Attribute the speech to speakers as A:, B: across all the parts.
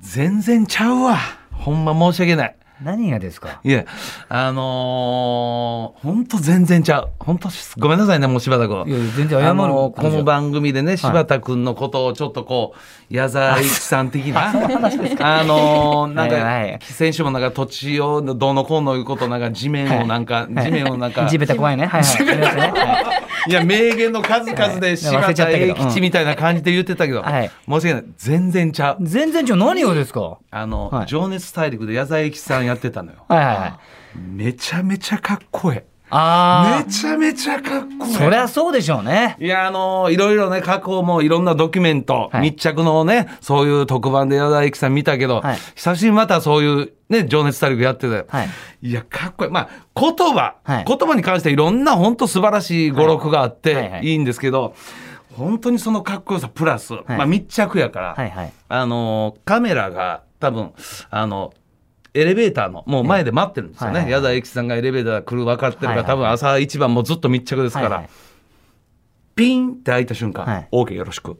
A: 全然ちゃうわほんま申し訳ない
B: 何がですか
A: いやあのー、ほんと全然ちゃうほんとすごめんなさいねもう柴田君
B: いや全然謝る
A: あのーこの
B: 場
A: 番組でね柴田君のことをちょっとこう矢沢一さん的 なあのーなん
B: はいはい
A: か先週もなんか土地をどうのこうのいうことなんか地面をなんか地面をなんか
B: 地べた怖い ねはいはいありますねはい
A: いや名言の数々
B: は
A: で
B: い
A: 柴
B: 忘れちゃっ
A: 田
B: たけ
A: 英
B: ど
A: 吉みたいな感じで言ってたけど、
B: はい
A: 申し訳ない全然ちゃう
B: 全然ちょ何がですかは
A: あの、
B: はい
A: 情熱大陸」で矢沢永吉さんやってたのよ
B: いはいはい
A: めちゃめちゃかっこええ
B: あ
A: めちゃめちゃかっこ
B: あそ
A: え
B: りゃそうでしょうね
A: えいやあのいろいろね過去もいろんなドキュメント、
B: はい
A: 密着のねそういう特番で矢沢永吉さん見たけど、
B: はい
A: 久しぶりにまたそういうね情熱大陸やってたよ、
B: はい
A: いや、かっこいい。まあ、言葉、
B: はい
A: 言葉に関していろんな本当素晴らしい語録があっ
B: はいはい
A: て
B: はい
A: いいんですけど、本当にそのかっこよさプラス、まあ密着やから、
B: はいはい
A: あのー、カメラが多分、あの、エレベーターの、もう前で待ってるんですよ
B: はいは
A: ね。
B: いは
A: 矢沢永吉さんがエレベーター来る分かってるか
B: はいは
A: ら、
B: い
A: 多分朝一番もずっと密着ですから、
B: はいはい
A: ピンって開いた瞬
B: は
A: 間
B: い、
A: OK よろしく。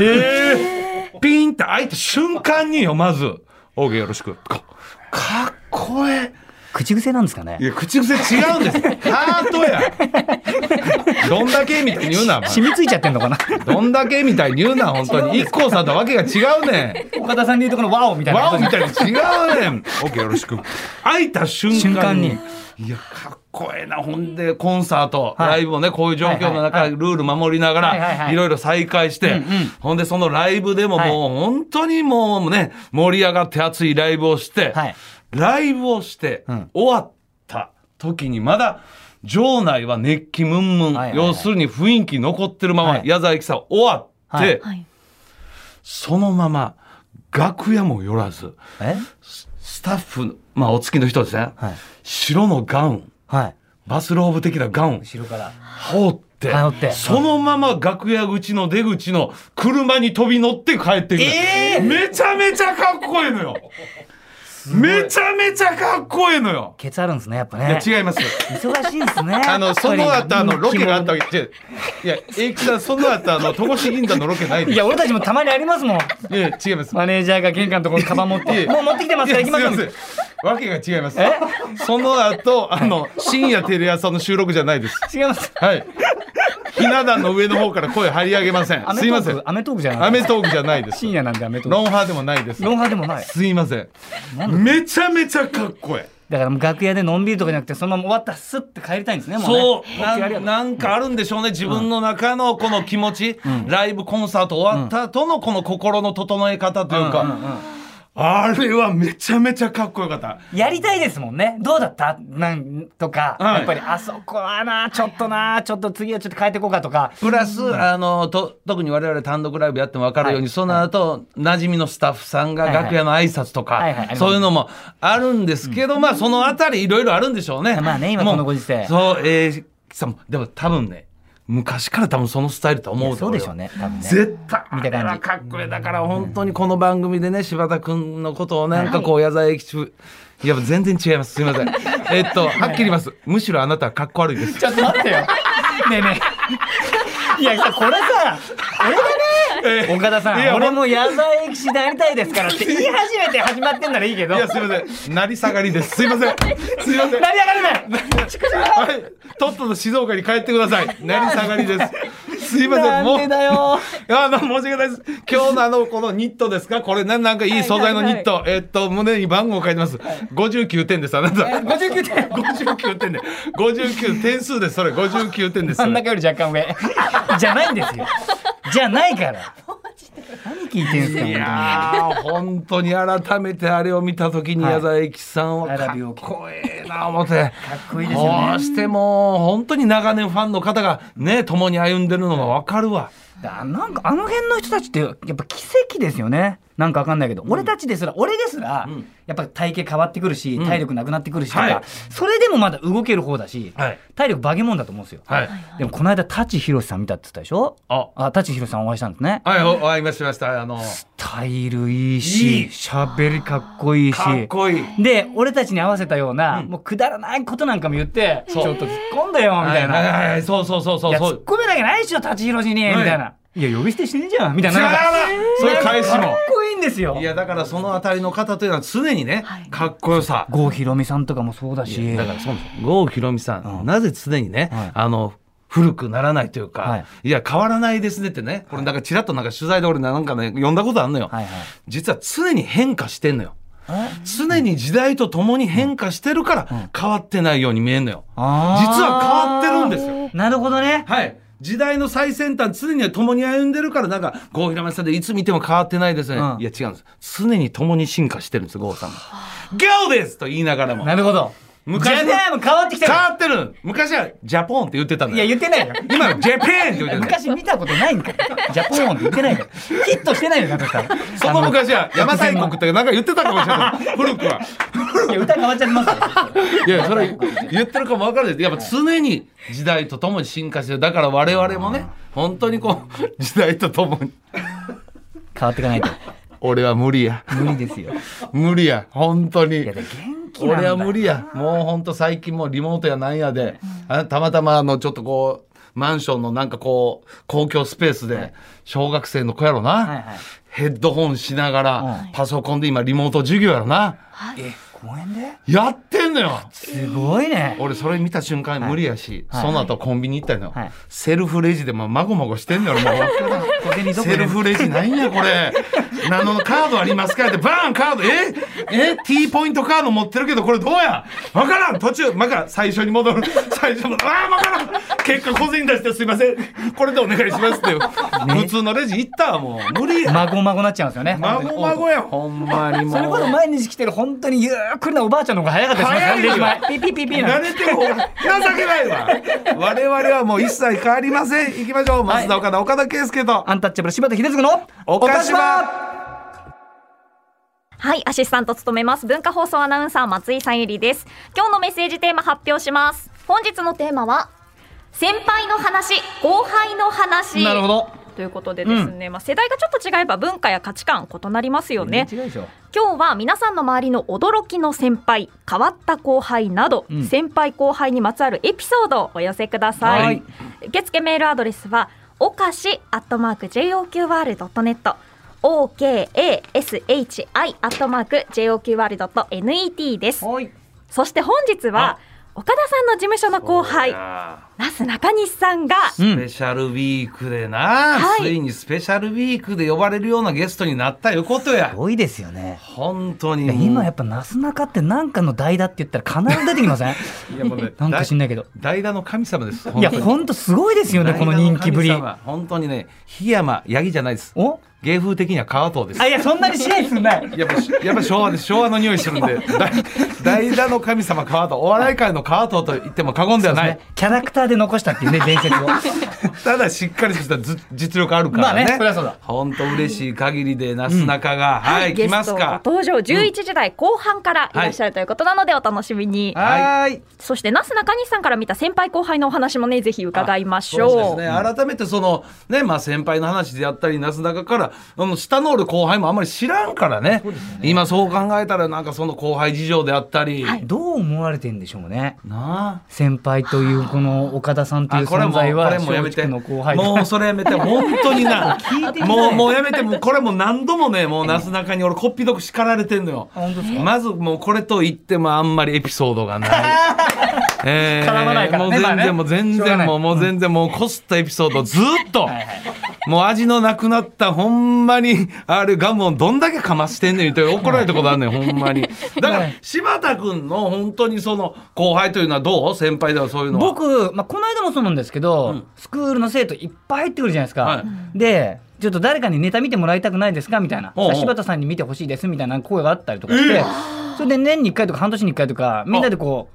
A: ええ ピンって開いた瞬間によ、まず、OK よろしく。かかっこええ。
B: 口癖なんですかね
A: いや、口癖違うんですよ。 ハートや。どんだけみたいに言うな、お前
B: 染みついちゃってんのかな
A: どんだけみたいに言うな、本当に。一光さんとわけが違うね
B: 岡田さんで言うとこのワオみた
A: ん。
B: いな
A: ワオみたいに違う ねん。オッケー、よろしく。開いた瞬間に。
B: 瞬間に
A: いや、かっこええな。ほんで、コンサート、
B: はい
A: ライブをね、こういう状況の中、
B: はいはいはい
A: ルール守りながら、
B: はいいはいはい
A: ろいろ再開して、
B: うんうん
A: ほんで、そのライブでももう、本当にもうね、盛り上がって熱いライブをして、
B: はい
A: ライブをして、
B: うん
A: 終わった時にまだ場内は熱気ムンムン、
B: はいはいはい
A: 要するに雰囲気残ってるまま、
B: はい
A: 矢沢永吉さん終わって、
B: はい
C: はい。
A: そのまま楽屋も寄らず
B: え
A: スタッフのまあお付きの人ですね、
B: はい
A: 白のガウン
B: はい
A: バスローブ的なガウン
B: 後ろから
A: 羽織って
B: 羽織って
A: そのまま楽屋口の出口の車に飛び乗って帰ってくる、
B: えー
A: めちゃめちゃかっこいいのよめちゃめちゃかっこいいのよ
B: ケツあるんですねやっぱ
A: い
B: ね
A: や違 います
B: 忙しいんですね
A: あの、その
B: やっ
A: 後、
B: ぱ
A: あ
B: り
A: の、ロケがあったわけ。違ういや、英吉さん、その後、あの、戸越銀座のロケないで
B: い
A: す。
B: や俺たちもたまにありますもん
A: いや、違います。
B: マネージャーが玄関のところにカバン持っ
A: いやい
B: て
A: や
B: もう持ってきてますから行きま
A: い
B: し
A: や
B: ょ
A: すいうません。訳が違います。その後、あの、深夜テレ朝の収録じゃないです。
B: 違います
A: はい。ひな壇の上の方から声張り上げません
B: ア。メ
A: すい
B: トー
A: ま
B: ク
A: せん。
B: アメトークじゃない
A: アメトークじゃないです。
B: 深夜なんでアメトー
A: ロンハーでもないです
B: ク。ロンハーでもない
A: すいません。めちゃめちゃかっこいい。
B: だからもう楽屋でのんびりとかじゃなくてそのまま終わったらスッて帰りたいんですねもう
A: そ
B: ね
A: う
B: こっちあ
A: な
B: りがと
A: んなんかあるんでしょうね自分の中のこの気持ち、ライブコンサート終わった後のこの心の整え方というか、
B: うんうんうん
A: あれはめちゃめちゃかっこよかった。
B: やりたいですもんねどうだったなんとか、
A: はい
B: やっぱりあそこはなちょっとなちょっと次はちょっと変えていこうかとか
A: プラス、あのと特に我々単独ライブやっても分かるように、
B: はい
A: その後、馴染みのスタッフさんが
B: はいはい
A: 楽屋の挨拶とか、
B: はいはいあります
A: そういうのもあるんですけど、まあそのあたりいろいろあるんでしょうね。
B: まあね今
A: もう
B: このご時世
A: そう、えー、さんもでも多分ね昔から多分そのスタイルと思うで
B: そうでしょうね多分ね
A: 絶対
B: 見た感じ
A: あれはかっこいいだから本当にこの番組でね柴田君のことをなんかこう矢沢永吉いや全然違いますすい ませんえっとはっきり言いますむしろあなたはかっこ悪いです
B: ちょっと待ってよ ねえね えいやさこれさ俺がね、岡田さ
A: いや
B: ん俺も矢沢永吉になりたいですからって言い始めて始まってんならいいけど
A: い
B: 成
A: やすいません成り下がりですすいませんすいません
B: り上がれない
A: はいとっとと静岡に帰ってください成り下がりですすいませんも
B: な
A: うん
B: でだよ
A: あの申し訳ないです。今日のあのこのニットですか？これななんかいい素材のニット。えっと胸に番号書いてます。59点ですあなた。59
B: 59点
A: 点で、59点数ですそれ。59点です。
B: 真ん中より若干上 じゃないんですよじゃないから何聞いてんすか
A: い
B: 本
A: やー本当に改めてあれを見た時に
B: はい
A: 矢沢永吉さんはかっ
B: I love you, OK
A: こええな思って。
B: 当にかっこいいですよね
A: こうしてもう本当に長年ファンの方がね共に歩んでるのがわかるわ。
B: あなんかあの辺の人たちってやっぱ奇跡ですよねなんかわかんないけど、俺たちですら俺ですら、やっぱ体型変わってくるし、体力なくなってくるしとか、
A: はい
B: それでもまだ動ける方だし、
A: はい
B: 体力化け物だと思うんですよ、
A: はい。
B: でもこの間舘ひろしさん見たって言ったでしょ
A: あ
B: あ舘ひろしさんお会いしたんですね
A: はいおお会いしましたあの
B: タイルいい
A: いい
B: し喋りかっこいいし
A: かっこいい。
B: で俺たちに合わせたような、もうくだらないことなんかも言ってちょっと突っ込んだよみたいな、
A: はいはいはい、そうそうそうそう
B: いや
A: そ
B: 突っ
A: う。
B: 込めなきゃないでしょ舘ひろしに、みたいないや呼び捨てしてんじゃんみたいななんか
A: そういう返し
B: かっ
A: も
B: こいいんですよ
A: いやだからそのあたりの方というのは常にね、
C: はい
A: かっこよさ
B: 郷ひろみさんとかもそうだし
A: だからそうなんです郷ひろみさん、
B: うん
A: なぜ常にね、
B: はい
A: あの古くならないというか、
B: はいい、
A: や変わらないですねってねこれなんかちらっとなんか取材で俺なんかね読んだことあんのよ、
B: はいはい
A: 実は常に変化してんのよ
B: え
A: 常に時代とともに変化してるから、
B: うん
A: 変わってないように見えんのよ、
B: あー
A: 実は変わってるんですよ
B: なるほどね
A: はい時代の最先端常に共に歩んでるからなんか郷ひろみさんでいつ見ても変わってないですよね、
B: うん
A: いや違うんです常に共に進化してるんです郷さんが「ゴーです!」と言いながらも
B: なるほど
A: 昔
B: ジャガーも変わってき
A: 変
B: たよ
A: わってる昔は「ジャポン」って言ってたん
B: い
A: だ
B: や
A: よ
B: 言ってないよ
A: 今は「ジャパン」って言ってたんだよ
B: 昔見たことないんかいジャポーンって言ってない からヒットしてないよなとしたら
A: その昔は「邪馬台国」ってなんか言ってたかもしれ ない古くは。
B: いや歌変わっちゃいますよ
A: いやそれ言ってるかも分からないですやっぱ常に時代とともに進化してるだから我々もね本当にこう 時代とともに
B: 変わっていかないと
A: 俺は無理や
B: 無理ですよ
A: 無理や本当に
B: いやで元気なんだ
A: 俺は無理やもう本当最近もうリモートやなんやで、あたまたまあのちょっとこうマンションのなんかこう公共スペースで小学生の子やろな、
B: はいはい
A: ヘッドホンしながら、
B: うん
A: パソコンで今リモート授業やろな
B: え公園で
A: やってんのよ
B: すごいね
A: 俺それ見た瞬間無理やし、
B: はい
A: その後コンビニ行ったのよ、
B: はい
A: セルフレジでもまごまごしてんのよもう 分からん
B: 小銭どこ
A: セルフレジなんやこ れ何のカードありますかってバーンカードええ T ポイントカード持ってるけどこれどうや分からん途中まから最初に戻 る最初のああ分からん結果個人出してすいませんこれでお願いしますって、普通のレジ行ったわもう無理や
B: 孫孫なっちゃうんですよね
A: まごまごやほんまにもう
B: それこそ毎日来てる本当にゆっくりなおばあちゃんの方が早かったりしますから
A: 早いよ
B: レジ前ピピピピな
A: 慣
B: んて
A: れても情けないわ我々はもう一切変わりません行きましょう松田岡田、岡田圭介と
B: アンタッチャブル柴田秀嗣の
A: 岡島
C: はい、アシスタント務めます。文化放送アナウンサー松井さゆりです。今日のメッセージテーマ発表します。本日のテーマは、先輩の話、後輩の話。
B: なるほど
C: ということでですね、まあ世代がちょっと違えば文化や価値観異なりますよね。
B: 違うでしょ
C: 今日は皆さんの周りの驚きの先輩変わった後輩など、
B: うん
C: 先輩後輩にまつわるエピソードをお寄せください、
B: はい
C: 受付メールアドレスはおかし JOQR.net OKASHI JOQR.net です
B: おい
C: そして本日は岡田さんの事務所の後輩なすなかにしさんが
B: う
A: スペ
B: ん
A: シャルウィークでな、
C: はい
A: ついにスペシャルウィークで呼ばれるようなゲストになったよことや
B: すごいですよね
A: 本当に
B: 今やっぱなすなかってなんかの代だって言ったら必ず出てきません
A: いやもうね
B: なんか知んないけど
A: 代打の神様です
B: い
A: 本
B: や
A: 当に
B: ほんとすごいですよねこの人気ぶり
A: 代打の神様本当にね檜山八木じゃないです
B: お
A: 芸風的には川藤です
B: あいやそんなに支配すんない
A: やっぱし やっぱ昭和です昭和の匂いしてるんで代代打の神様川藤お笑い界の川藤と言っても過言ではない、
B: キャラクターで残したって いうね伝説を
A: ただしっかりとしたず実力あるからね,、
B: まあねそりゃそうだ
A: 本当嬉しい限りでなすなかが、はい
C: ゲ
A: 来ま
C: ス
A: す
C: ト
A: か
C: が登場11時台後半からいらっしゃるということなのでお楽しみに、
A: は
B: はいい
C: そしてなすなかにしさんから見た先輩後輩のお話もねぜひ伺いましょう
A: そうですね改めてそのねまあ先輩の話であったりなすなかからあの下の俺後輩もあんまり知らんからね今そう考えたらなんかその後輩事情であったり、
C: はい
B: どう思われてんでしょうね
A: なあ
B: 先輩というこの岡田さんという
A: あこれ
B: 存
A: もこ
B: 在
A: れ
B: は
A: もやめ
B: 松
A: て
B: 竹の後輩
A: もうそれやめて本当にな
B: いてない
A: もうもうやめてもうこれもう何度もね もうなすなかに俺こっぴどく叱られてんのよ
B: 本当です
A: まずもうこれと言ってもあんまりエピソードが ない。え
B: 絡まないからね
A: もう全然、
B: ま
A: もう全
B: あねしょうが
A: 然
B: ない
A: もうもう全然もうこすったエピソードをずっと
B: いは
A: もう味のなくなったほんまにあれガムをどんだけかましてんねんって怒られたことあんねんほんまにだか
B: は
A: ら
B: い
A: 柴田君の本当にその後輩というのはどう先輩ではそういうのは
B: 僕、まあ、この間もそうなんですけど、
A: ん
B: スクールの生徒いっぱい入ってくるじゃないですか、
A: は
B: でちょっと誰かにネタ見てもらいたくないですかみたいな
A: おうおう
B: 柴田さんに見てほしいですみたいな声があったりとかして、
A: ええ
B: それで年に1回とか半年に1回とかみんなでこ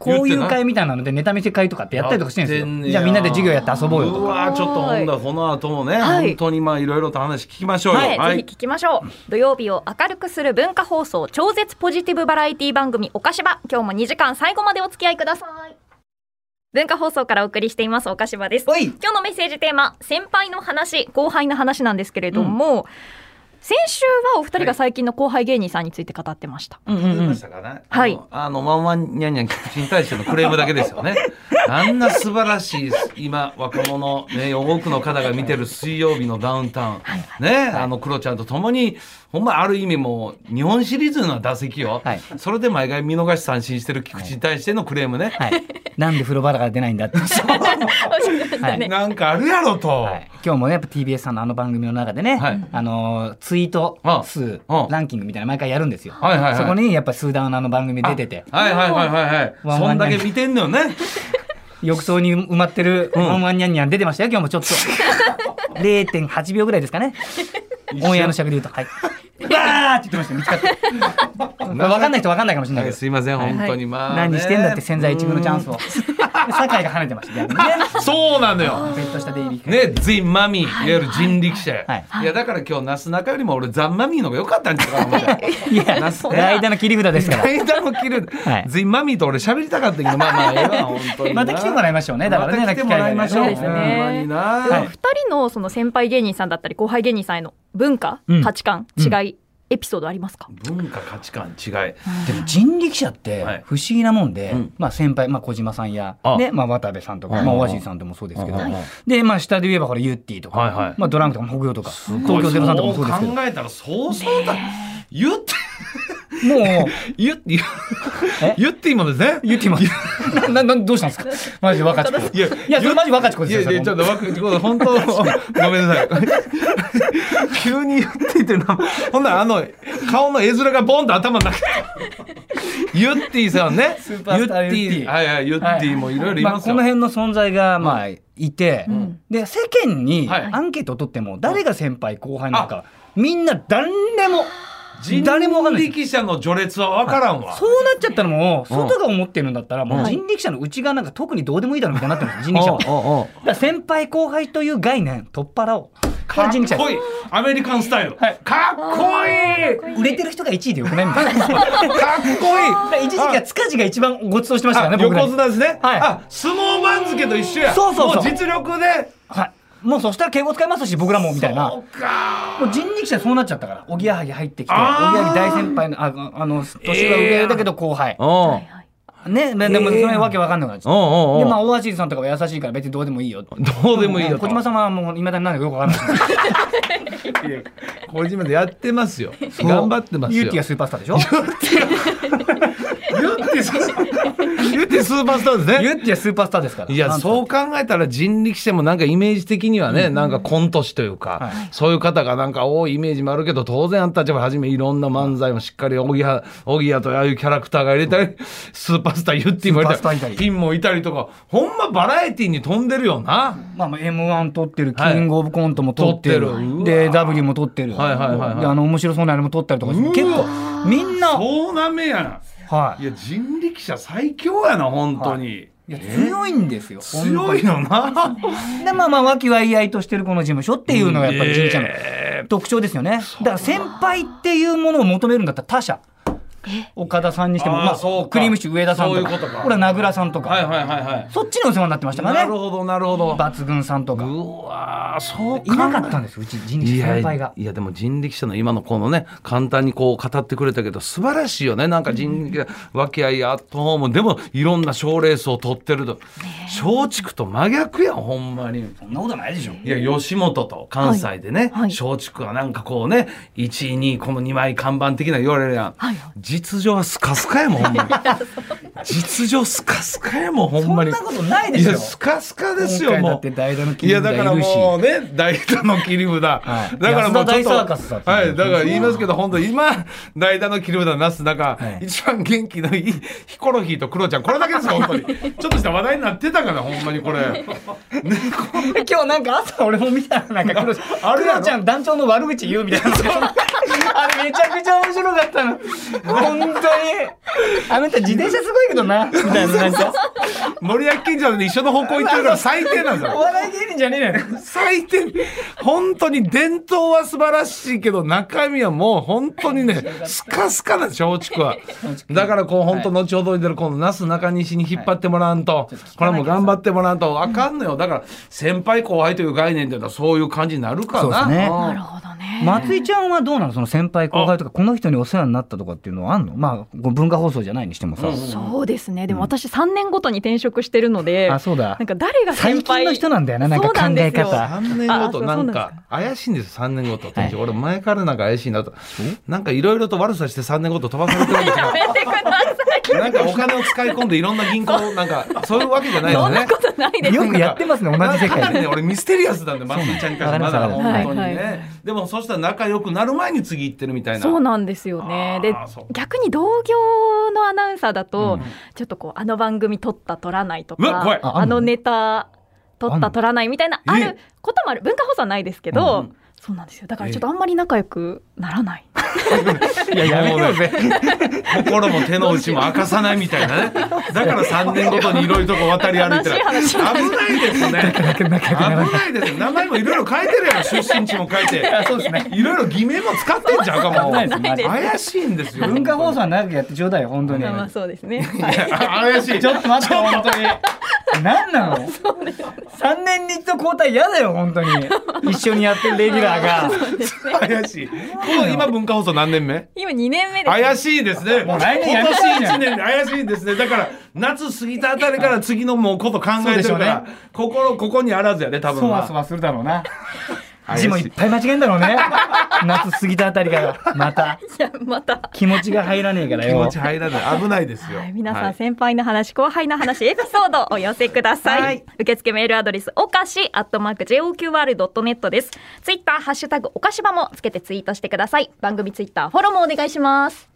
B: う
A: 言ってな
B: こういう会みたいなのでネタ見せ会とかってやったりとかしてるん
A: やってん
B: で
A: ね
B: すよ
A: や
B: じゃあみんなで授業やって遊ぼうよと
A: う
B: か
A: わーちょっとほんだらこの後もね、
C: はい
A: 本当にまあいろいろと話聞きましょうよ
C: はい、ぜひ聞きましょう土曜日を明るくする文化放送超絶ポジティブバラエティ番組おかしば今日も2時間最後までお付き合いください文化放送からお送りしていますおかしばです
B: おい
C: 今日のメッセージテーマ先輩の話後輩の話なんですけれども、先週はお二人が最近の後輩芸人さんについて語ってました。
B: うんう
A: 言い
B: んう
A: ま
B: ん
A: したかね。
C: はい
A: あのあの、まんまにゃんにゃんキッチンに対してのクレームだけですよね。あんな素晴らしい、今、若者、ね、多くの方が見てる水曜日のダウンタウン。ね、あの、クロちゃんと共に、ほんまある意味もう、日本シリーズの打席を、
B: はい
A: それで毎回見逃し三振してる菊池に対してのクレームね。
B: はい。なんで風呂場から出ないん だって。はい
C: ね
D: なんかあるやろと、
B: はい今日もねやっぱ TBS さんのあの番組の中でね、
A: はい
B: あのーツイート数
A: うん
B: ランキングみたいなの毎回やるんですよ、
A: はいはいはい
B: そこにやっぱスーダンのあの番組出てて
A: はいはいはいはいはい。
B: ワン
A: そ
B: ワン
A: ん
B: にゃ
A: だ
B: ん
A: け見てんのよね。
B: 浴槽に埋まってる
A: ん
B: ワンワンニャンニャン出てましたよ今日もちょっ と0.8秒ぐらいですかねオンエアの尺で言うとはいバーって言ってましたよ見つかって これ分かんない人分かんないかもしれな
A: は
B: いけ
A: い
B: ど
A: すいません、本当に、まあ、ね。
B: 何してんだって千載一遇のチャンスを酒井が跳ねてました逆にね
A: そうなのよ。
B: ベッドしたデイビー
A: ね、ザ・マミー、いわゆる人力車や、
B: はい
A: い、やだから今日なすなかよりも俺ザ・マミーの方が良かったんちゃうかな思って
B: いや間の切り札ですから
A: 間の切る、
B: はい
A: ザ・マミーと俺喋りたかったけどまあまあええわ本当にな
B: また来てもらいましょうねだからね
A: また来てもらいましょう
C: そうですね
A: ほんまにな、
C: お二人のその先輩芸人さんだったり後輩芸人さんへの文化、
B: うん
C: 価値観、違い、エピソードありますか？
A: 文化価値観違い
B: でも人力車って
A: はい
B: 不思議なもんで、
A: うん
B: まあ、先輩、まあ、小島さんや
A: あ、
B: ねまあ、渡部さんとか、
A: うん
B: まあ、オアシスさんともそうですけど、
A: うん
B: で、まあ、下で言えばほらユッティとか、
A: はいはい
B: まあ、ドランクとかも北洋とか東京ゼロさんとかもそうですけど
A: 考えたらそうそうだ、言って
B: もう
A: 言って
B: え
A: 言って今ですね
B: ユッティもなななどうしたんですかマジで若智子いやいやそれマジ若智子
A: い
B: です
A: や
B: よ
A: いやちょっとわく本 当ごめんなさい 急に言っていてなほんならあの顔の絵面がボンと頭の中にユッティさんね
B: スーパースターユッティ
A: ユッはいはいユッティもいろいろい
B: まあ、
A: ます
B: こ
A: よ、
B: の辺の存在がまあいて、
C: ん
B: で世間に
A: はい
B: アンケートを取っても誰が先輩後輩なのかみんな誰も誰もわかん
A: 人
B: ない
A: 力車の序列は分からんわ、
B: そうなっちゃったらもう外が思ってるんだったらも
A: うん
B: う人力車の内側なんか特にどうでもいいだろうみたいになってるん です人力車はだから先輩後輩という概念取っ払おうこれ
A: か
B: 人力車
A: っ
B: で
A: こいいアメリカンスタイル、かっこいい
B: す売れてる人が1位でよくないみ たいなだか
A: かっこいい
B: ら一時期は塚地が一番ご馳走してましたからね僕ら
A: 横
B: に
A: 綱ですね、
B: はい
A: あ相撲番付と一緒や
B: そうそうそ
A: も
B: う
A: う実力で
B: はいもうそしたら敬語使いますし僕らもみたいな
A: そ
B: も
A: うか
B: う人力車そうなっちゃったからおぎやはぎ入ってきておぎ
A: あー
B: やはぎ大先輩のあああの年が上だけど後輩
A: おう
B: ねででもそれわけわかんなくなっちゃっ
A: おう
B: たで
A: おう
B: まあオアシズさんとかは優しいから別にどうでもいいよって
A: どうでもいいよと
B: 小島さんはもういまだに何だかよくわからない
A: 小島でやってますよ頑張ってますよ
B: ユーテ ィがスーパースターでしょ
A: ユッティさんユッティスーパースターですね
B: ユーティはスーパースターですから
A: いやそうう考えたら人力車もなんかイメージ的にはね、なんかコント師というか、
B: はい
A: そういう方がなんか多いイメージもあるけど当然あんたたちもはじめいろんな漫才もしっかりおぎやおぎやとああいうキャラクターが入れた りスーパースターユッティもい
B: スーパ
A: た
B: ース
A: り
B: ターいた
A: ピ
B: り
A: ンもいたりとかほんまバラエティに飛んでるよな、
B: まあまあ M1 撮ってるキ
A: はい
B: ングオブコントも撮ってる,、
A: 撮ってる
B: で W も撮ってる、
A: はいはいはいはい
B: であの面白そうなのも撮ったりとかして
A: うわ
B: 結構みんな
A: そうなめや
B: は
A: んいや人力車最強やな本当に、
B: いいや強いんですよ
A: 強いのな
B: でまあまあ和気あいあいとしてるこの事務所っていうのがやっぱり人社の特徴ですよね、だから先輩っていうものを求めるんだったら他社岡田さんにしても
A: あー
B: まあ
A: そうか
B: クリームシチュー上田さんとか
A: そういうことか
B: これは名倉さんとか、
A: はいはいはいはい
B: そっちにお世話になってましたか
A: な
B: ら
A: る
B: ね
A: ほどなるほど
B: 抜群さんとか
A: うわーそう
B: いなかったんですようち人力
A: い
B: 車
A: や
B: 先
A: い
B: 輩が。
A: やでも人力車の今のこのね簡単にこう語ってくれたけど素晴らしいよねなんか人力和気あいあっとホームでもいろんな賞ーレースを取ってると松竹と真逆やんほんまに。
B: そんなことないでしょ。
A: いや吉本と関西でね
C: はいはい
A: 松竹はなんかこうね1位2位この2枚看板的な言われるやん、
C: はいはい
A: 実情はスカスカやもんほんまに 実情スカスカやもんほん
B: そ
A: ま
B: ん
A: に
B: なことないで
A: い
B: しょ
A: や。スカスカですよ
B: 今回だ
A: も
B: って
A: う
B: 代打の
A: い
B: 切り
A: や
B: 札が
A: だか
B: い
A: ら
B: るし。
A: もうね大田の切り札、
B: い
A: だからもうちょっと
B: 安田大サーカスだって
A: はいだから言いますけど本当今大田の切り札なす中、
B: い
A: 一番元気のいいヒコロヒーとクロちゃんこれだけ ですよ本当にちょっとした話題になってたからほんまにこれ
B: 今日なんか朝俺も見たらなんかクロちゃん、
A: あれやろ
B: クロちゃん団長の悪口言うみたいな。あれめちゃくちゃ面白かったの。本当に。あなた自転車すごいけどな。みたいななんか。
A: 森脇健児さんで一緒の方向行ってるから最低なんだ
B: お
A: よ
B: 笑い芸人じゃねえのよ。
A: 最低本当に伝統は素晴らしいけど中身はもう本当にねスカスカな松竹はだからこう本当後ほどに出るこのなすなかにしに引っ張ってもらわんとこれはもう頑張ってもらわんとあかんのよだから先輩後輩という概念っていうのはそういう感じになるか
B: そう
A: な
B: ですね
C: な
E: う
C: る
E: ん
C: ほどね。
B: 松井ちゃんはどうなのその先輩後輩とかこの人にお世話になったとかっていうのはあんのまあ文化放送じゃないにしてもさ、
C: そうですね。でも私3年ごとに転職してるので、
B: あそうだ
C: なんか誰が先輩
B: 最近の人なんだよななんか考え
C: そうな
B: 方
C: んで
A: 3年ご
C: あそ
A: と
C: う
A: なん
C: そうなんで
A: か怪しいんですよ3年ごと
B: はい
A: 俺前からなんか怪しいなとなんかいろいろと悪さして3年ごと飛ばされてるんですよ
C: すよやめてくださ
A: なんかお金を使い込んでいろんな銀行なんかそういうわけじゃない
C: い。そ
A: の
C: ん
A: ね
C: な。ことないです。
B: よくやってますね同じ世
A: かなり
B: 界
A: ね俺ミステリアスなんで松井ちゃんからまだ
B: わかり
A: 本
B: ます
A: 当にね、
C: はいは
E: でもそしたら仲良くなる前に次行ってるみたいな
C: そうなんですよね。で
A: あーそう、
C: 逆に同業のアナウンサーだと、ちょっとこう、あの番組撮った、撮らないと
A: うわ怖い
B: あ
C: か、
B: あんの
C: あのネタ撮
B: あん
C: っ
B: の
C: た、撮らないみたいな、
A: え
C: あることもある。文化放送はないですけ
B: う
C: ど、そうなんですよ。だからちょっとあんまり仲良くならない。
B: いややめてよぜ
E: 心も手の内も明かさないみたいなねだから3年ごとにいろいろとこう渡り歩いてる
C: 悲しい
E: 危ないですね
B: 仲良くならない
E: 危ないです名前もいろいろ変えてるやろ出身地も変えてそうですねいろいろ偽名も使ってんじゃんかも
B: 危ないです
E: 怪しいんですよ
B: 文化放送は長くやってちょうだいよ本当に
C: まあまあそうですね。
E: いや 怪しい
B: ちょっと待って本当に何なの3年に一度交代嫌だよ本当に一緒にやってるレギュラーが
C: そうですね
A: 怪しいこの今文化放送何年目
C: 今2年目です。
A: 怪しいですね
B: もう来年やめ
A: 今
B: たらいい
A: 年
B: じ
A: 1
B: ゃん
A: 年で怪しいですねだから夏過ぎたあたりから次のもうこと考えてるから、
B: そうで
A: 心ここにあらずやで多
B: そ
A: 分
B: わ
A: は
B: そわするだろうな
A: 怪し
B: 字もいっぱい間違えんだろうね夏過ぎたあたりからまた
C: いや、また。
B: 気持ちが入らねえから
A: 気
B: よ
A: 持ち入らない危ないですよ
C: はい皆さ
A: は
C: ん
A: い
C: 先輩の話、後輩の話エピソードをお寄せください、
B: はい
C: 受付メールアドレスおかしアットマーク JOQR.net ですツイッターハッシュタグおかしばもつけてツイートしてください番組ツイッターフォローもお願いします